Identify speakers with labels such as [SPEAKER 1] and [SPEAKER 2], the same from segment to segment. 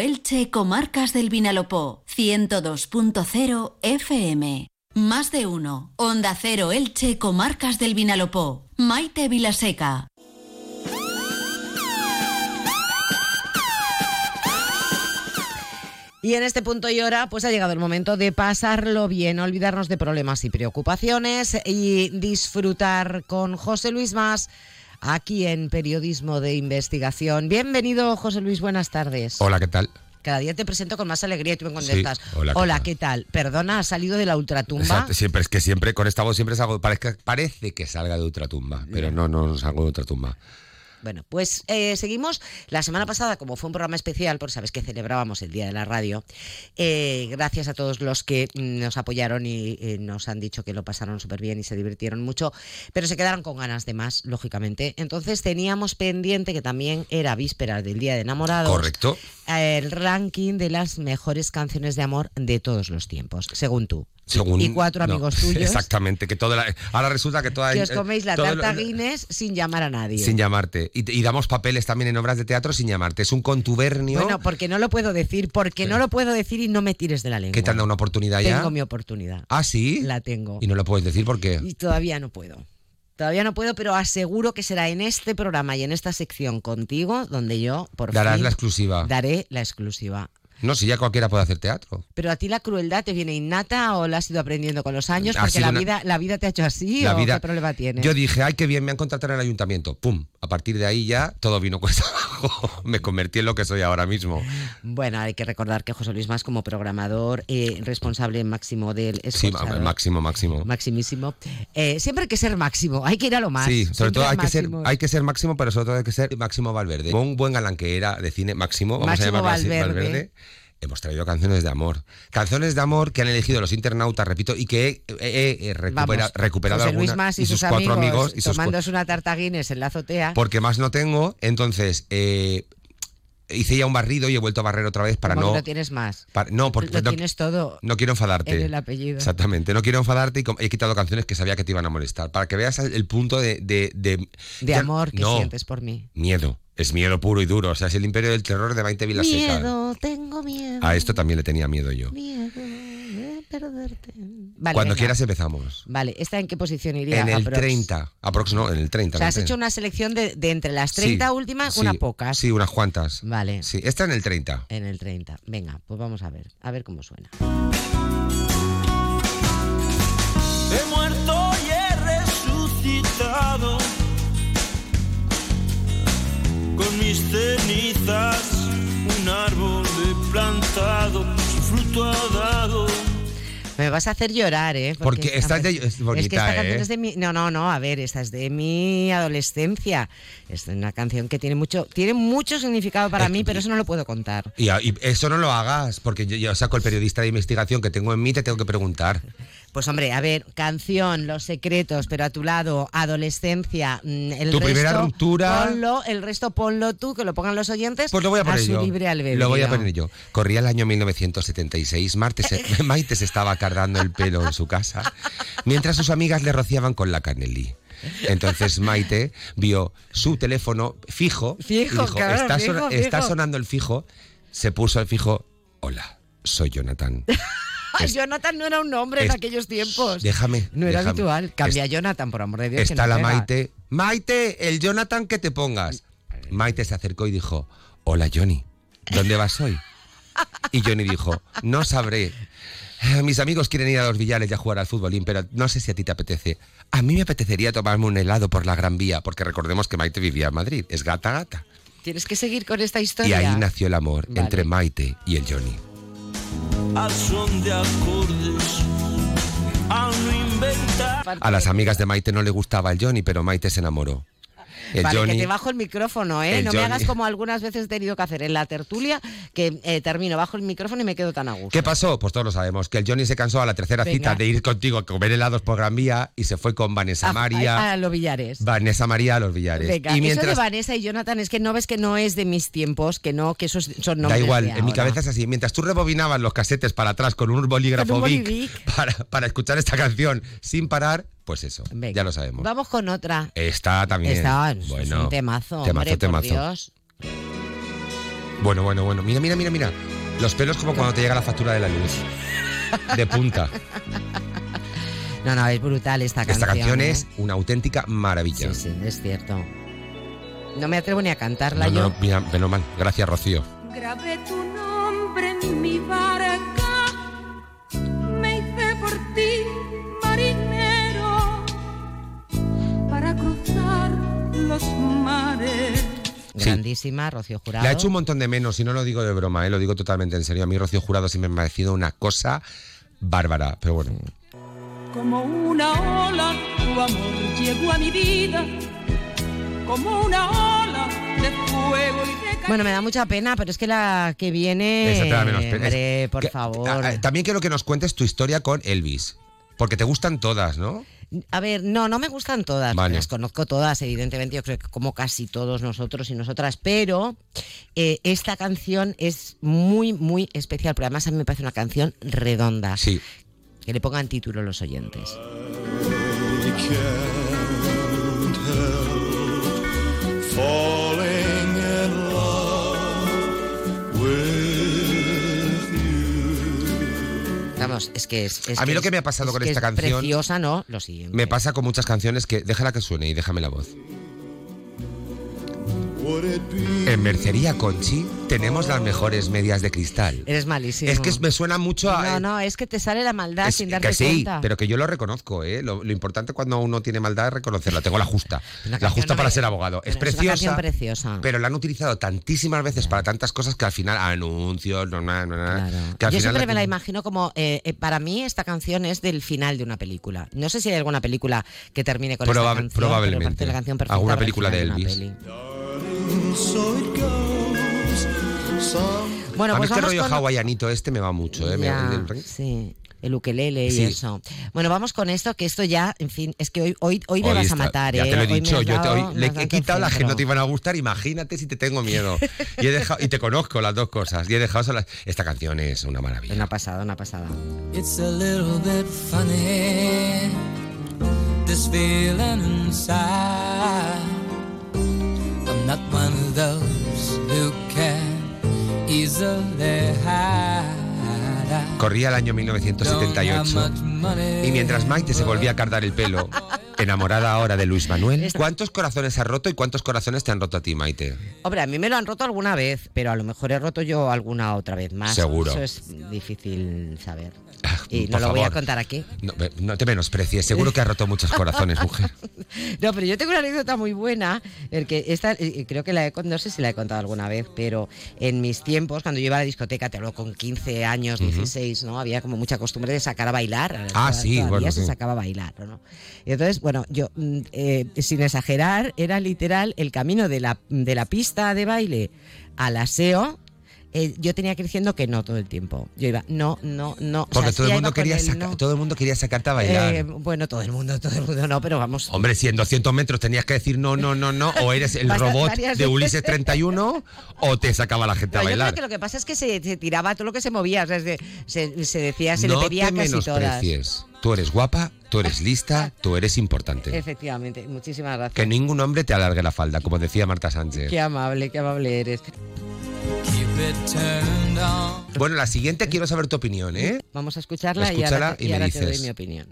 [SPEAKER 1] Elche Comarcas del Vinalopó 102.0 FM. Más de uno. Onda Cero Elche Comarcas del Vinalopó. Maite Vilaseca.
[SPEAKER 2] Y en este punto y hora, pues ha llegado el momento de pasarlo bien, olvidarnos de problemas y preocupaciones y disfrutar con José Luis Más aquí en Periodismo de Investigación. Bienvenido, José Luis, buenas tardes.
[SPEAKER 3] Hola, ¿qué tal?
[SPEAKER 2] Cada día te presento con más alegría y tú me contestas. Sí, hola, ¿qué, hola tal? ¿qué, tal? Perdona, ¿ha salido de la ultratumba?
[SPEAKER 3] Exacto, siempre, es que siempre con esta voz siempre salgo, parece, parece que salga de ultratumba, pero no, no, no salgo de ultratumba.
[SPEAKER 2] Bueno, pues eh, seguimos. La semana pasada, como fue un programa especial, porque sabes que celebrábamos el Día de la Radio, eh, gracias a todos los que mm, nos apoyaron y eh, nos han dicho que lo pasaron súper bien y se divirtieron mucho, pero se quedaron con ganas de más, lógicamente. Entonces teníamos pendiente, que también era víspera del Día de Enamorados.
[SPEAKER 3] Correcto.
[SPEAKER 2] El ranking de las mejores canciones de amor de todos los tiempos, según tú. Según, y cuatro amigos no, tuyos.
[SPEAKER 3] Exactamente, que toda la, ahora resulta que toda eh,
[SPEAKER 2] Que os coméis la tarta lo, Guinness sin llamar a nadie.
[SPEAKER 3] Sin llamarte. Y, y, damos papeles también en obras de teatro sin llamarte. Es un contubernio.
[SPEAKER 2] Bueno, porque no lo puedo decir, porque sí. no lo puedo decir y no me tires de la lengua.
[SPEAKER 3] ¿Qué te han dado una oportunidad ya?
[SPEAKER 2] Tengo mi oportunidad.
[SPEAKER 3] ¿Ah, sí?
[SPEAKER 2] La tengo.
[SPEAKER 3] ¿Y no lo puedes decir por qué?
[SPEAKER 2] Y todavía no puedo. Todavía no puedo, pero aseguro que será en este programa y en esta sección contigo donde yo, por
[SPEAKER 3] Darás
[SPEAKER 2] fin,
[SPEAKER 3] la exclusiva.
[SPEAKER 2] Daré la exclusiva.
[SPEAKER 3] No, si ya cualquiera puede hacer teatro.
[SPEAKER 2] Pero a ti la crueldad te viene innata o la has ido aprendiendo con los años porque la una... vida la vida te ha hecho así la o vida... qué problema tienes.
[SPEAKER 3] Yo dije, ay, qué bien, me han contratado en el ayuntamiento. Pum, a partir de ahí ya todo vino cuesta abajo. me convertí en lo que soy ahora mismo.
[SPEAKER 2] Bueno, hay que recordar que José Luis Más como programador eh, responsable máximo del
[SPEAKER 3] Sí, máximo, máximo.
[SPEAKER 2] Maximísimo. Eh, siempre hay que ser máximo, hay que ir a lo más.
[SPEAKER 3] Sí, sobre
[SPEAKER 2] siempre
[SPEAKER 3] todo hay máximo. que, ser, hay que ser máximo, pero sobre todo hay que ser Máximo Valverde. Un buen galán que era de cine Máximo, vamos
[SPEAKER 2] máximo
[SPEAKER 3] a llamarlo
[SPEAKER 2] Valverde. Valverde
[SPEAKER 3] hemos traído canciones de amor. Canciones de amor que han elegido los internautas, repito, y que he, he, he recupera, Vamos, recuperado
[SPEAKER 2] José Luis
[SPEAKER 3] alguna,
[SPEAKER 2] más y, y, sus, cuatro amigos. Y tomándose sus... una tarta Guinness en la azotea.
[SPEAKER 3] Porque más no tengo, entonces... Eh, hice ya un barrido y he vuelto a barrer otra vez para no.
[SPEAKER 2] no tienes más.
[SPEAKER 3] Para, no, porque
[SPEAKER 2] lo
[SPEAKER 3] no,
[SPEAKER 2] tienes todo.
[SPEAKER 3] No quiero enfadarte.
[SPEAKER 2] En el apellido.
[SPEAKER 3] Exactamente. No quiero enfadarte y he quitado canciones que sabía que te iban a molestar. Para que veas el punto de.
[SPEAKER 2] De, de, de ya, amor que no, sientes por mí.
[SPEAKER 3] Miedo. Es miedo puro y duro. O sea, es el imperio del terror de Maite Vilaseca.
[SPEAKER 2] Miedo, tengo miedo.
[SPEAKER 3] A esto también le tenía miedo yo.
[SPEAKER 2] Miedo de perderte.
[SPEAKER 3] Vale, Cuando venga. quieras empezamos.
[SPEAKER 2] Vale, ¿esta en qué posición iría?
[SPEAKER 3] En el aprox? 30. Aprox, no, en el
[SPEAKER 2] O
[SPEAKER 3] 30.
[SPEAKER 2] sea, has hecho una selección de, de entre las 30 sí, últimas,
[SPEAKER 3] sí,
[SPEAKER 2] unas pocas.
[SPEAKER 3] Sí, unas cuantas.
[SPEAKER 2] Vale.
[SPEAKER 3] Sí, esta en el 30.
[SPEAKER 2] En el 30. Venga, pues vamos a ver. A ver cómo suena.
[SPEAKER 4] He muerto y he resucitado con mis cenizas un árbol he plantado, su fruto ha dado.
[SPEAKER 2] Me vas a hacer llorar, ¿eh?
[SPEAKER 3] Porque, Porque esta
[SPEAKER 2] ver,
[SPEAKER 3] es, de, es bonita,
[SPEAKER 2] es que esta
[SPEAKER 3] ¿eh?
[SPEAKER 2] canción es de mi... No, no, no, a ver, esta es de mi adolescencia. Es una canción que tiene mucho tiene mucho significado para es, mí, pero eso no lo puedo contar.
[SPEAKER 3] Y, ah, y eso no lo hagas, porque yo, yo, saco el periodista de investigación que tengo en mí te tengo que preguntar.
[SPEAKER 2] Pues hombre, a ver, canción, los secretos, pero a tu lado, adolescencia, mm, el
[SPEAKER 3] tu
[SPEAKER 2] resto,
[SPEAKER 3] primera ruptura.
[SPEAKER 2] Ponlo, el resto ponlo tú, que lo pongan los oyentes.
[SPEAKER 3] Pues lo voy a poner
[SPEAKER 2] a su
[SPEAKER 3] yo.
[SPEAKER 2] Libre albedrío.
[SPEAKER 3] Lo voy a poner yo. Corría el año 1976, martes, Maite se estaba cardando el pelo en su casa, mientras sus amigas le rociaban con la canelí. Entonces Maite vio su teléfono fijo,
[SPEAKER 2] fijo
[SPEAKER 3] y dijo,
[SPEAKER 2] claro,
[SPEAKER 3] está,
[SPEAKER 2] fijo,
[SPEAKER 3] son
[SPEAKER 2] fijo.
[SPEAKER 3] está sonando el fijo, se puso el fijo, hola, soy Jonathan.
[SPEAKER 2] Es, Jonathan no era un nombre en aquellos tiempos.
[SPEAKER 3] Déjame.
[SPEAKER 2] No era
[SPEAKER 3] déjame.
[SPEAKER 2] habitual. Cambia es, Jonathan, por amor de Dios.
[SPEAKER 3] Está
[SPEAKER 2] que no
[SPEAKER 3] la
[SPEAKER 2] pega.
[SPEAKER 3] Maite. Maite, el Jonathan que te pongas. Maite se acercó y dijo, hola Johnny, ¿dónde vas hoy? Y Johnny dijo, no sabré. Eh, Mis amigos quieren ir a los billares y a jugar al fútbolín, pero no sé si a ti te apetece. A mí me apetecería tomarme un helado por la Gran Vía, porque recordemos que Maite vivía en Madrid. Es gata gata.
[SPEAKER 2] Tienes que seguir con esta historia.
[SPEAKER 3] Y ahí nació el amor
[SPEAKER 2] Vale.
[SPEAKER 3] entre Maite y el Johnny.
[SPEAKER 4] al son de acordes, al no inventar.
[SPEAKER 3] A las amigas de Maite no le gustaba el Johnny, pero Maite se enamoró. El
[SPEAKER 2] vale,
[SPEAKER 3] Johnny,
[SPEAKER 2] que te bajo el micrófono, ¿eh?
[SPEAKER 3] El
[SPEAKER 2] no me
[SPEAKER 3] Johnny.
[SPEAKER 2] hagas como algunas veces he tenido que hacer en la tertulia, que eh, termino bajo el micrófono y me quedo tan a gusto.
[SPEAKER 3] ¿Qué pasó? Pues todos lo sabemos, que el Johnny se cansó a la tercera
[SPEAKER 2] Venga.
[SPEAKER 3] cita de ir contigo a comer helados por Gran Vía y se fue con Vanessa
[SPEAKER 2] A-
[SPEAKER 3] María.
[SPEAKER 2] A, a los billares.
[SPEAKER 3] Vanessa María a los billares.
[SPEAKER 2] Ah, Venga,
[SPEAKER 3] y
[SPEAKER 2] eso de
[SPEAKER 3] mientras
[SPEAKER 2] Vanessa y Jonathan es que no ves que no es de mis tiempos, que no, que esos son nombres
[SPEAKER 3] Da igual,
[SPEAKER 2] de
[SPEAKER 3] en mi
[SPEAKER 2] ahora.
[SPEAKER 3] cabeza es así. Mientras tú rebobinabas los casetes para atrás con un bolígrafo
[SPEAKER 2] Con un
[SPEAKER 3] Bic
[SPEAKER 2] bolivic.
[SPEAKER 3] para, para escuchar esta canción sin parar, pues eso,
[SPEAKER 2] Venga.
[SPEAKER 3] ya lo sabemos.
[SPEAKER 2] Vamos con otra.
[SPEAKER 3] Está también.
[SPEAKER 2] Esta es
[SPEAKER 3] bueno,
[SPEAKER 2] un temazo,
[SPEAKER 3] temazo,
[SPEAKER 2] hombre, por
[SPEAKER 3] temazo.
[SPEAKER 2] Dios.
[SPEAKER 3] Bueno, bueno, bueno. Mira, mira, mira, mira. Los pelos como cuando te llega la factura de la luz. De punta.
[SPEAKER 2] No, no, es brutal esta canción.
[SPEAKER 3] Esta canción
[SPEAKER 2] ¿eh?
[SPEAKER 3] es una auténtica maravilla.
[SPEAKER 2] Sí, sí, es cierto. No me atrevo ni a cantarla
[SPEAKER 3] No,
[SPEAKER 2] yo.
[SPEAKER 3] no, mira, menos mal. Gracias, Rocío.
[SPEAKER 5] Grabé tu nombre en mi barca, me hice por ti marinero para cruzar los mares.
[SPEAKER 3] Sí.
[SPEAKER 2] Grandísima, Rocío Jurado.
[SPEAKER 3] La he hecho un montón de menos y no lo digo de broma, ¿eh? lo digo totalmente en serio. A mí Rocío Jurado sí me ha parecido una cosa bárbara, pero bueno.
[SPEAKER 5] Como una ola, tu amor llegó a mi vida, como una ola de fuego y de
[SPEAKER 2] Bueno, me da mucha pena, pero es que la que viene.
[SPEAKER 3] Esa te da menos pena.
[SPEAKER 2] Hombre,
[SPEAKER 3] Es-
[SPEAKER 2] por
[SPEAKER 3] que- ah, eh,
[SPEAKER 2] favor.
[SPEAKER 3] a- a- también quiero que nos cuentes tu historia con Elvis, porque te gustan todas, ¿no?
[SPEAKER 2] A ver, no, no me gustan todas.
[SPEAKER 3] Vale.
[SPEAKER 2] Las conozco todas, evidentemente, yo creo que como casi todos nosotros y nosotras, pero eh, esta canción es muy, muy especial, porque además a mí me parece una canción redonda.
[SPEAKER 3] Sí.
[SPEAKER 2] Que le pongan título los oyentes.
[SPEAKER 4] You can't help falling in love with
[SPEAKER 2] Vamos, es que es. es
[SPEAKER 3] A mí
[SPEAKER 2] que
[SPEAKER 3] lo que
[SPEAKER 2] es-
[SPEAKER 3] me ha pasado
[SPEAKER 2] es
[SPEAKER 3] con
[SPEAKER 2] que
[SPEAKER 3] esta
[SPEAKER 2] es
[SPEAKER 3] canción-
[SPEAKER 2] Preciosa, ¿no? Lo siguiente.
[SPEAKER 3] Me pasa con muchas canciones que déjala que suene y déjame la voz.
[SPEAKER 4] Would it be
[SPEAKER 3] En Mercería Conchi tenemos las mejores medias de cristal.
[SPEAKER 2] Eres malísimo.
[SPEAKER 3] Es que me suena mucho
[SPEAKER 2] No,
[SPEAKER 3] a...
[SPEAKER 2] no, es que te sale la maldad
[SPEAKER 3] Es-
[SPEAKER 2] sin darte
[SPEAKER 3] que sí,
[SPEAKER 2] cuenta.
[SPEAKER 3] pero que yo lo reconozco, ¿eh? Lo, lo importante cuando uno tiene maldad es reconocerla. Tengo la justa.
[SPEAKER 2] Una
[SPEAKER 3] la
[SPEAKER 2] canción
[SPEAKER 3] justa
[SPEAKER 2] no
[SPEAKER 3] para
[SPEAKER 2] me-
[SPEAKER 3] ser abogado.
[SPEAKER 2] pero
[SPEAKER 3] Es
[SPEAKER 2] es una
[SPEAKER 3] preciosa.
[SPEAKER 2] canción preciosa.
[SPEAKER 3] Pero la han utilizado tantísimas veces para tantas cosas que al final. Anuncios, no, no, no, no,
[SPEAKER 2] Claro.
[SPEAKER 3] ¿eh? que al
[SPEAKER 2] Yo
[SPEAKER 3] final
[SPEAKER 2] siempre me la
[SPEAKER 3] tienen-
[SPEAKER 2] imagino como, eh, eh, para mí esta canción es del final de una película. No sé si hay alguna película que termine con
[SPEAKER 3] Probab-
[SPEAKER 2] esta canción. pero
[SPEAKER 3] probablemente.
[SPEAKER 2] parece la canción perfecta
[SPEAKER 3] Alguna
[SPEAKER 2] para el
[SPEAKER 3] película
[SPEAKER 2] final
[SPEAKER 3] de
[SPEAKER 2] una
[SPEAKER 3] Elvis.
[SPEAKER 2] peli.
[SPEAKER 4] so it goes? Some
[SPEAKER 2] Bueno,
[SPEAKER 3] a mí
[SPEAKER 2] pues
[SPEAKER 3] este
[SPEAKER 2] vamos
[SPEAKER 3] rollo
[SPEAKER 2] con-
[SPEAKER 3] hawaianito este me va mucho, ¿eh? Me-
[SPEAKER 2] Ya,
[SPEAKER 3] el- el-
[SPEAKER 2] sí. El ukelele
[SPEAKER 3] Sí.
[SPEAKER 2] y eso. Bueno, vamos con esto, que esto ya, en fin, es que hoy, hoy, hoy me
[SPEAKER 3] Hoy
[SPEAKER 2] vas
[SPEAKER 3] está-
[SPEAKER 2] a matar,
[SPEAKER 3] Ya
[SPEAKER 2] ¿eh?
[SPEAKER 3] te lo he
[SPEAKER 2] Hoy me has
[SPEAKER 3] dicho, yo te,
[SPEAKER 2] dado-
[SPEAKER 3] hoy
[SPEAKER 2] me
[SPEAKER 3] le
[SPEAKER 2] has dado
[SPEAKER 3] he quitado las que
[SPEAKER 2] centro.
[SPEAKER 3] no te iban a gustar, imagínate si te tengo miedo. Y, he dejado, y te conozco las dos cosas. Y he dejado solas. Esta canción es una maravilla.
[SPEAKER 2] Una pasada, una pasada.
[SPEAKER 6] It's a little bit funny, this feeling inside. I'm not one of those who can easily hide. I
[SPEAKER 3] Corría el año
[SPEAKER 6] don't have
[SPEAKER 3] 1978.
[SPEAKER 6] much money.
[SPEAKER 3] Y mientras Maite se volvía a cardar el pelo, enamorada ahora de Luis Manuel, ¿cuántos corazones has roto y cuántos corazones te han roto a ti, Maite?
[SPEAKER 2] Hombre, a mí me lo han roto alguna vez, pero a lo mejor he roto yo alguna otra vez más.
[SPEAKER 3] Seguro.
[SPEAKER 2] Eso es difícil saber. Y no
[SPEAKER 3] Ah, Por
[SPEAKER 2] lo voy a
[SPEAKER 3] favor.
[SPEAKER 2] contar aquí.
[SPEAKER 3] No, ve- no te menosprecies, seguro que has roto muchos corazones, mujer.
[SPEAKER 2] No, pero yo tengo una anécdota muy buena, el que esta eh, creo que la he, con- no sé si la he contado alguna vez, pero en mis tiempos cuando yo iba a la discoteca, te hablo con 15 años, 16, ¿no? Había como mucha costumbre de sacar a bailar.
[SPEAKER 3] Ah,
[SPEAKER 2] Toda-
[SPEAKER 3] sí,
[SPEAKER 2] todavía
[SPEAKER 3] bueno,
[SPEAKER 2] se
[SPEAKER 3] sí.
[SPEAKER 2] sacaba a bailar, ¿no? Y entonces, bueno, yo mm, eh, sin exagerar, era literal el camino de la de la pista de baile al aseo. eh, yo tenía que ir diciendo que no todo el tiempo. Yo iba, no, no, no. O sea,
[SPEAKER 3] Porque todo el,
[SPEAKER 2] ya
[SPEAKER 3] mundo
[SPEAKER 2] iba con
[SPEAKER 3] quería
[SPEAKER 2] el
[SPEAKER 3] saca-
[SPEAKER 2] no.
[SPEAKER 3] todo el mundo quería sacarte a bailar.
[SPEAKER 2] Eh, bueno, todo el mundo, todo el mundo no, pero vamos,
[SPEAKER 3] Hombre, si en 200 metros tenías que decir no, no, no, no, o eres el
[SPEAKER 2] Basta-
[SPEAKER 3] robot
[SPEAKER 2] varias
[SPEAKER 3] de
[SPEAKER 2] veces.
[SPEAKER 3] Ulises 31 o te sacaba la gente a
[SPEAKER 2] No, yo
[SPEAKER 3] bailar.
[SPEAKER 2] creo que lo que pasa es que se, se tiraba todo lo que se movía, o sea, se, se- se decía, se
[SPEAKER 3] no
[SPEAKER 2] le pedía
[SPEAKER 3] te
[SPEAKER 2] casi todas.
[SPEAKER 3] menosprecies. Tú eres guapa, tú eres lista, tú eres
[SPEAKER 2] Eh,
[SPEAKER 3] importante.
[SPEAKER 2] Efectivamente, muchísimas gracias.
[SPEAKER 3] Que ningún hombre te alargue la falda, como decía Marta Sánchez.
[SPEAKER 2] Qué amable, qué amable eres.
[SPEAKER 6] Keep it turned on.
[SPEAKER 3] Bueno, la siguiente quiero saber tu opinión, ¿eh?
[SPEAKER 2] Vamos a escucharla, y
[SPEAKER 3] Escúchala
[SPEAKER 2] ahora, te,
[SPEAKER 3] y
[SPEAKER 2] y
[SPEAKER 3] me
[SPEAKER 2] ahora te doy
[SPEAKER 3] dices.
[SPEAKER 2] mi opinión.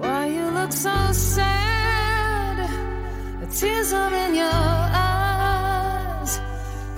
[SPEAKER 5] Why you look so sad? The tears are in your eyes.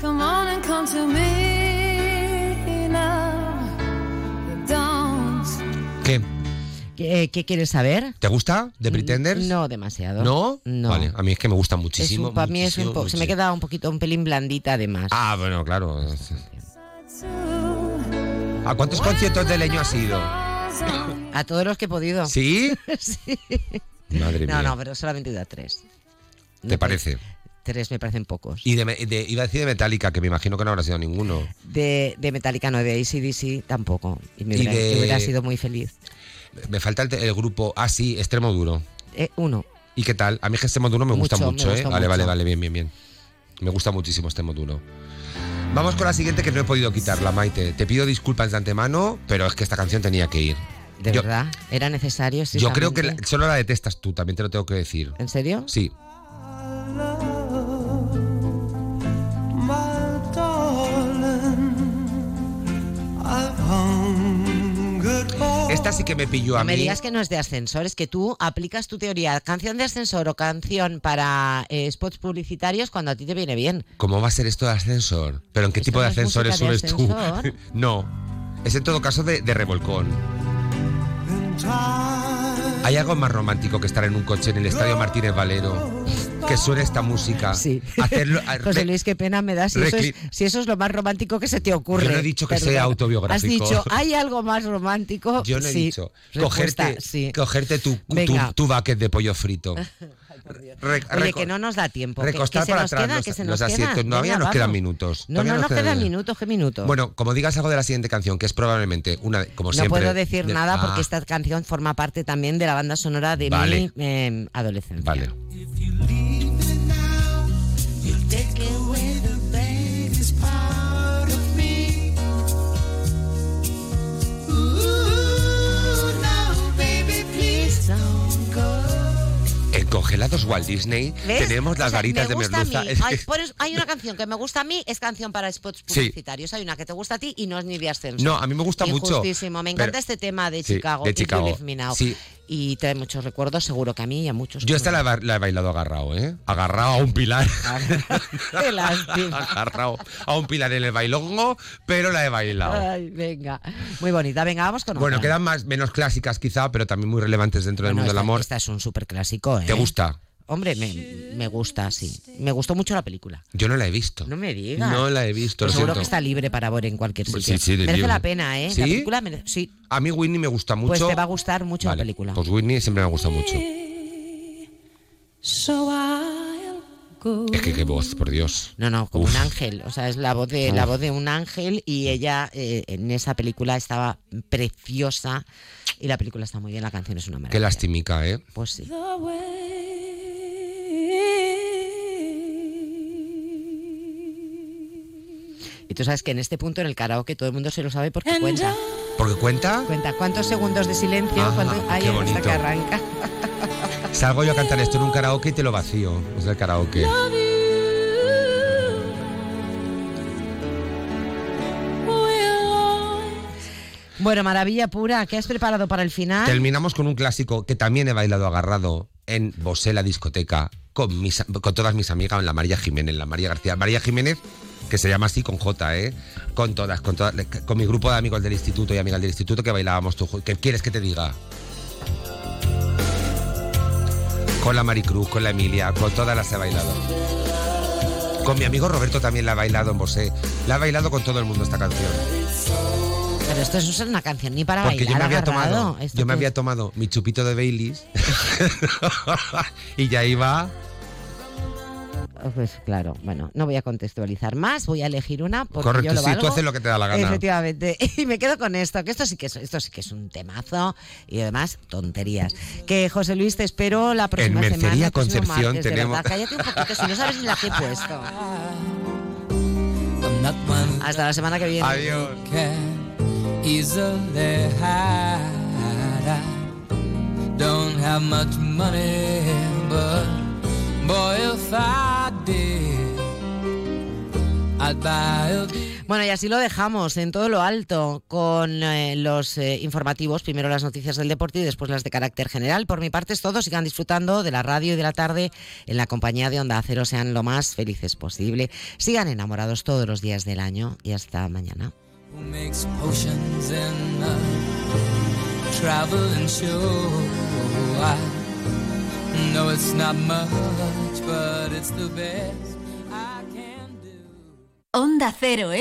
[SPEAKER 5] Come on and come to me now. You Don't.
[SPEAKER 3] ¿Qué?
[SPEAKER 2] ¿Qué, eh, qué quieres saber?
[SPEAKER 3] ¿Te gusta The Pretenders?
[SPEAKER 2] Mm, No demasiado.
[SPEAKER 3] ¿No?
[SPEAKER 2] No.
[SPEAKER 3] Vale, a mí es que me gusta
[SPEAKER 2] Es
[SPEAKER 3] muchísimo.
[SPEAKER 2] un- para mí es un
[SPEAKER 3] muchísimo,
[SPEAKER 2] po- se me
[SPEAKER 3] muchísimo.
[SPEAKER 2] queda un poquito, un pelín blandita además.
[SPEAKER 3] Ah, bueno, claro.
[SPEAKER 5] Two
[SPEAKER 3] ¿A cuántos conciertos de leño has ido?
[SPEAKER 5] eyes on
[SPEAKER 2] A todos los que he podido.
[SPEAKER 3] ¿Sí?
[SPEAKER 2] Sí.
[SPEAKER 3] Madre
[SPEAKER 2] No,
[SPEAKER 3] mía.
[SPEAKER 2] no, pero solamente he ido a tres.
[SPEAKER 3] ¿Te
[SPEAKER 2] No,
[SPEAKER 3] parece?
[SPEAKER 2] Tres me parecen pocos.
[SPEAKER 3] Y de, de- iba a decir de Metallica, que me imagino que no habrá sido ninguno.
[SPEAKER 2] De, de Metallica, no, de ACDC tampoco. Y me
[SPEAKER 3] Y
[SPEAKER 2] hubiera,
[SPEAKER 3] de-
[SPEAKER 2] hubiera sido muy feliz.
[SPEAKER 3] Me falta el, el grupo Ah, sí, Extremo Duro.
[SPEAKER 2] Eh, uno.
[SPEAKER 3] ¿Y qué tal? A mí es que Extremo Duro me gusta
[SPEAKER 2] Mucho,
[SPEAKER 3] mucho,
[SPEAKER 2] me
[SPEAKER 3] ¿eh?
[SPEAKER 2] gusta
[SPEAKER 3] Vale, vale,
[SPEAKER 2] mucho.
[SPEAKER 3] vale, bien, bien, bien. Me gusta muchísimo este Extremo Duro. Vamos con la siguiente que no he podido quitarla, Maite. Te pido disculpas de antemano, pero es que esta canción tenía que ir.
[SPEAKER 2] ¿De
[SPEAKER 3] Yo-
[SPEAKER 2] verdad? ¿Era necesario? este
[SPEAKER 3] Yo creo que la-
[SPEAKER 2] examen?
[SPEAKER 3] solo la detestas tú, también te lo tengo que decir.
[SPEAKER 2] ¿En serio?
[SPEAKER 3] Sí,
[SPEAKER 4] My darling, I've hungered for
[SPEAKER 3] esta sí que me pilló a
[SPEAKER 2] No me
[SPEAKER 3] mí.
[SPEAKER 2] digas que no es de ascensor, es que tú aplicas tu teoría canción de ascensor o canción para eh, spots publicitarios cuando a ti te viene bien.
[SPEAKER 3] ¿Cómo va a ser esto de ascensor? ¿Pero en qué
[SPEAKER 2] Esto
[SPEAKER 3] tipo de
[SPEAKER 2] no es
[SPEAKER 3] ascensores
[SPEAKER 2] música de
[SPEAKER 3] subes tú?
[SPEAKER 2] ascensor.
[SPEAKER 3] no. Es en todo caso de, de revolcón.
[SPEAKER 4] time.
[SPEAKER 3] Hay algo más romántico que estar en un coche en el Estadio Martínez Valero. Que suene esta música. Hacerlo, a-
[SPEAKER 2] José Luis, qué pena me da si, eso es,
[SPEAKER 3] recli-
[SPEAKER 2] si eso es lo más romántico que se te ocurre.
[SPEAKER 3] Yo no he dicho que sea autobiográfico.
[SPEAKER 2] Has dicho, hay algo más romántico.
[SPEAKER 3] Yo no he
[SPEAKER 2] Sí.
[SPEAKER 3] dicho.
[SPEAKER 2] Respuesta,
[SPEAKER 3] Cogerte,
[SPEAKER 2] sí.
[SPEAKER 3] cogerte tu, tu,
[SPEAKER 2] Venga.
[SPEAKER 3] tu bucket de pollo frito. Re-
[SPEAKER 2] Oye,
[SPEAKER 3] reco-
[SPEAKER 2] que no nos da tiempo. que-
[SPEAKER 3] recostar
[SPEAKER 2] que se
[SPEAKER 3] para
[SPEAKER 2] nos
[SPEAKER 3] atrás
[SPEAKER 2] queda,
[SPEAKER 3] los-
[SPEAKER 2] que se
[SPEAKER 3] los
[SPEAKER 2] nos queda.
[SPEAKER 3] asientos. Todavía nos quedan
[SPEAKER 2] vamos.
[SPEAKER 3] minutos.
[SPEAKER 2] No,
[SPEAKER 3] Todavía
[SPEAKER 2] no,
[SPEAKER 3] nos
[SPEAKER 2] nos
[SPEAKER 3] quedan
[SPEAKER 2] quedan
[SPEAKER 3] minutos.
[SPEAKER 2] minutos, qué minutos.
[SPEAKER 3] Bueno, como digas algo de la siguiente canción, que es probablemente una de, como
[SPEAKER 2] no
[SPEAKER 3] siempre.
[SPEAKER 2] puedo decir
[SPEAKER 3] de-
[SPEAKER 2] nada porque
[SPEAKER 3] Ah,
[SPEAKER 2] esta canción forma parte también de la banda sonora de
[SPEAKER 3] Vale.
[SPEAKER 2] mi eh, adolescencia.
[SPEAKER 3] Vale. En congelados Walt Disney
[SPEAKER 2] ¿Ves?
[SPEAKER 3] tenemos las
[SPEAKER 2] O sea,
[SPEAKER 3] varitas
[SPEAKER 2] me
[SPEAKER 3] de
[SPEAKER 2] gusta a
[SPEAKER 3] merluza.
[SPEAKER 2] mí.
[SPEAKER 3] Es
[SPEAKER 2] Hay,
[SPEAKER 3] que-
[SPEAKER 2] por eso- hay una canción que me gusta a mí, es canción para spots
[SPEAKER 3] Sí.
[SPEAKER 2] publicitarios. Hay una que te gusta a ti y no es ni de ascenso.
[SPEAKER 3] No, a mí me gusta mucho,
[SPEAKER 2] Injustísimo. Me
[SPEAKER 3] pero-
[SPEAKER 2] encanta este tema de
[SPEAKER 3] Sí,
[SPEAKER 2] Chicago.
[SPEAKER 3] de
[SPEAKER 2] If You
[SPEAKER 3] Chicago.
[SPEAKER 2] Leave Me Now.
[SPEAKER 3] Sí.
[SPEAKER 2] Y trae muchos recuerdos, seguro que a mí y a muchos.
[SPEAKER 3] Yo esta la, he ba- la he bailado agarrado, ¿eh? Agarrado a un pilar.
[SPEAKER 2] Qué lástima.
[SPEAKER 3] agarrado a un pilar en el bailongo, pero la he bailado.
[SPEAKER 2] Ay, venga. Muy bonita. Venga, vamos con
[SPEAKER 3] Bueno,
[SPEAKER 2] otra.
[SPEAKER 3] quedan más, menos clásicas quizá, pero también muy relevantes dentro del
[SPEAKER 2] Bueno,
[SPEAKER 3] mundo del
[SPEAKER 2] esta-
[SPEAKER 3] amor.
[SPEAKER 2] Esta es un superclásico, ¿eh?
[SPEAKER 3] ¿Te gusta?
[SPEAKER 2] Hombre, me, me gusta, sí. Me gustó mucho la película.
[SPEAKER 3] Yo no la he visto.
[SPEAKER 2] No me digas.
[SPEAKER 3] No la he visto,
[SPEAKER 2] Pues
[SPEAKER 3] lo
[SPEAKER 2] seguro
[SPEAKER 3] siento.
[SPEAKER 2] que está libre para ver en cualquier
[SPEAKER 3] Pues
[SPEAKER 2] sitio.
[SPEAKER 3] sí, sí, de
[SPEAKER 2] merece
[SPEAKER 3] libre.
[SPEAKER 2] la pena, ¿eh?
[SPEAKER 3] ¿Sí?
[SPEAKER 2] La película merece- sí.
[SPEAKER 3] A mí Whitney me gusta mucho.
[SPEAKER 2] Pues te va a gustar mucho
[SPEAKER 3] Vale,
[SPEAKER 2] la película.
[SPEAKER 3] Pues Whitney siempre me gusta mucho.
[SPEAKER 5] So I'll go.
[SPEAKER 3] Es que qué voz, por Dios.
[SPEAKER 2] No, no, como
[SPEAKER 3] Uf.
[SPEAKER 2] un ángel. O sea, es la voz de, la voz de un ángel y ella eh, en esa película estaba preciosa y la película está muy bien, la canción es una
[SPEAKER 3] Qué
[SPEAKER 2] maravilla.
[SPEAKER 3] lastimica, ¿eh?
[SPEAKER 2] Pues sí.
[SPEAKER 5] The way.
[SPEAKER 2] Y tú sabes que en este punto en el karaoke todo el mundo se lo sabe porque
[SPEAKER 5] And
[SPEAKER 2] cuenta.
[SPEAKER 5] I
[SPEAKER 3] Porque cuenta,
[SPEAKER 2] Cuenta cuántos segundos de silencio
[SPEAKER 3] Ah,
[SPEAKER 2] cuánto-
[SPEAKER 3] qué
[SPEAKER 2] hay hasta
[SPEAKER 3] bonito.
[SPEAKER 2] que arranca.
[SPEAKER 3] salgo yo a cantar esto en un karaoke y te lo vacío. Es el karaoke.
[SPEAKER 5] love you. Will always
[SPEAKER 2] Bueno, maravilla pura, ¿qué has preparado para el final?
[SPEAKER 3] Terminamos con un clásico que también he bailado agarrado en Bosé, la discoteca, con, mis, con todas mis amigas, la María Jiménez, la María García. María Jiménez, que se llama así con J, ¿eh? Con todas, con todas, con mi grupo de amigos del instituto y amigas del instituto que bailábamos tú. ¿Qué quieres que te diga? Con la Maricruz, con la Emilia, con todas las he bailado. Con mi amigo Roberto también la ha bailado en Bosé. La ha bailado con todo el mundo esta canción.
[SPEAKER 2] Pero esto es una canción ni para
[SPEAKER 3] Porque
[SPEAKER 2] bailar.
[SPEAKER 3] yo me había
[SPEAKER 2] agarrado.
[SPEAKER 3] tomado,
[SPEAKER 2] Esto
[SPEAKER 3] yo me
[SPEAKER 2] que-
[SPEAKER 3] había tomado mi chupito de Baileys y ya iba.
[SPEAKER 2] Pues claro, bueno, no voy a contextualizar más, voy a elegir una porque
[SPEAKER 3] Correcto,
[SPEAKER 2] yo lo
[SPEAKER 3] sí, tú
[SPEAKER 2] valgo.
[SPEAKER 3] haces lo que te da la gana.
[SPEAKER 2] Efectivamente, y me quedo con esto, que esto sí que es, esto sí que es un temazo y además tonterías. Que José Luis te espero la próxima
[SPEAKER 3] En Mercería
[SPEAKER 2] semana, el próximo
[SPEAKER 3] Concepción
[SPEAKER 2] martes, de
[SPEAKER 3] tenemos-
[SPEAKER 2] verdad. cállate un poquito, si no sabes ni la que he puesto.
[SPEAKER 6] I'm not one
[SPEAKER 2] Hasta la semana que viene.
[SPEAKER 3] Adiós.
[SPEAKER 6] can easily hide. I don't have much money, but boy, if I did, I'd buy a
[SPEAKER 2] Bueno, y así lo dejamos en todo lo alto con eh, los eh, informativos, primero las noticias del deporte y después las de carácter general. Por mi parte es todo, sigan disfrutando de la radio y de la tarde en la compañía de Onda Cero, sean lo más felices posible, sigan enamorados todos los días del año y hasta mañana.
[SPEAKER 6] who makes potions in a traveling show. I know it's not much, but it's the best I can do.
[SPEAKER 1] Onda Cero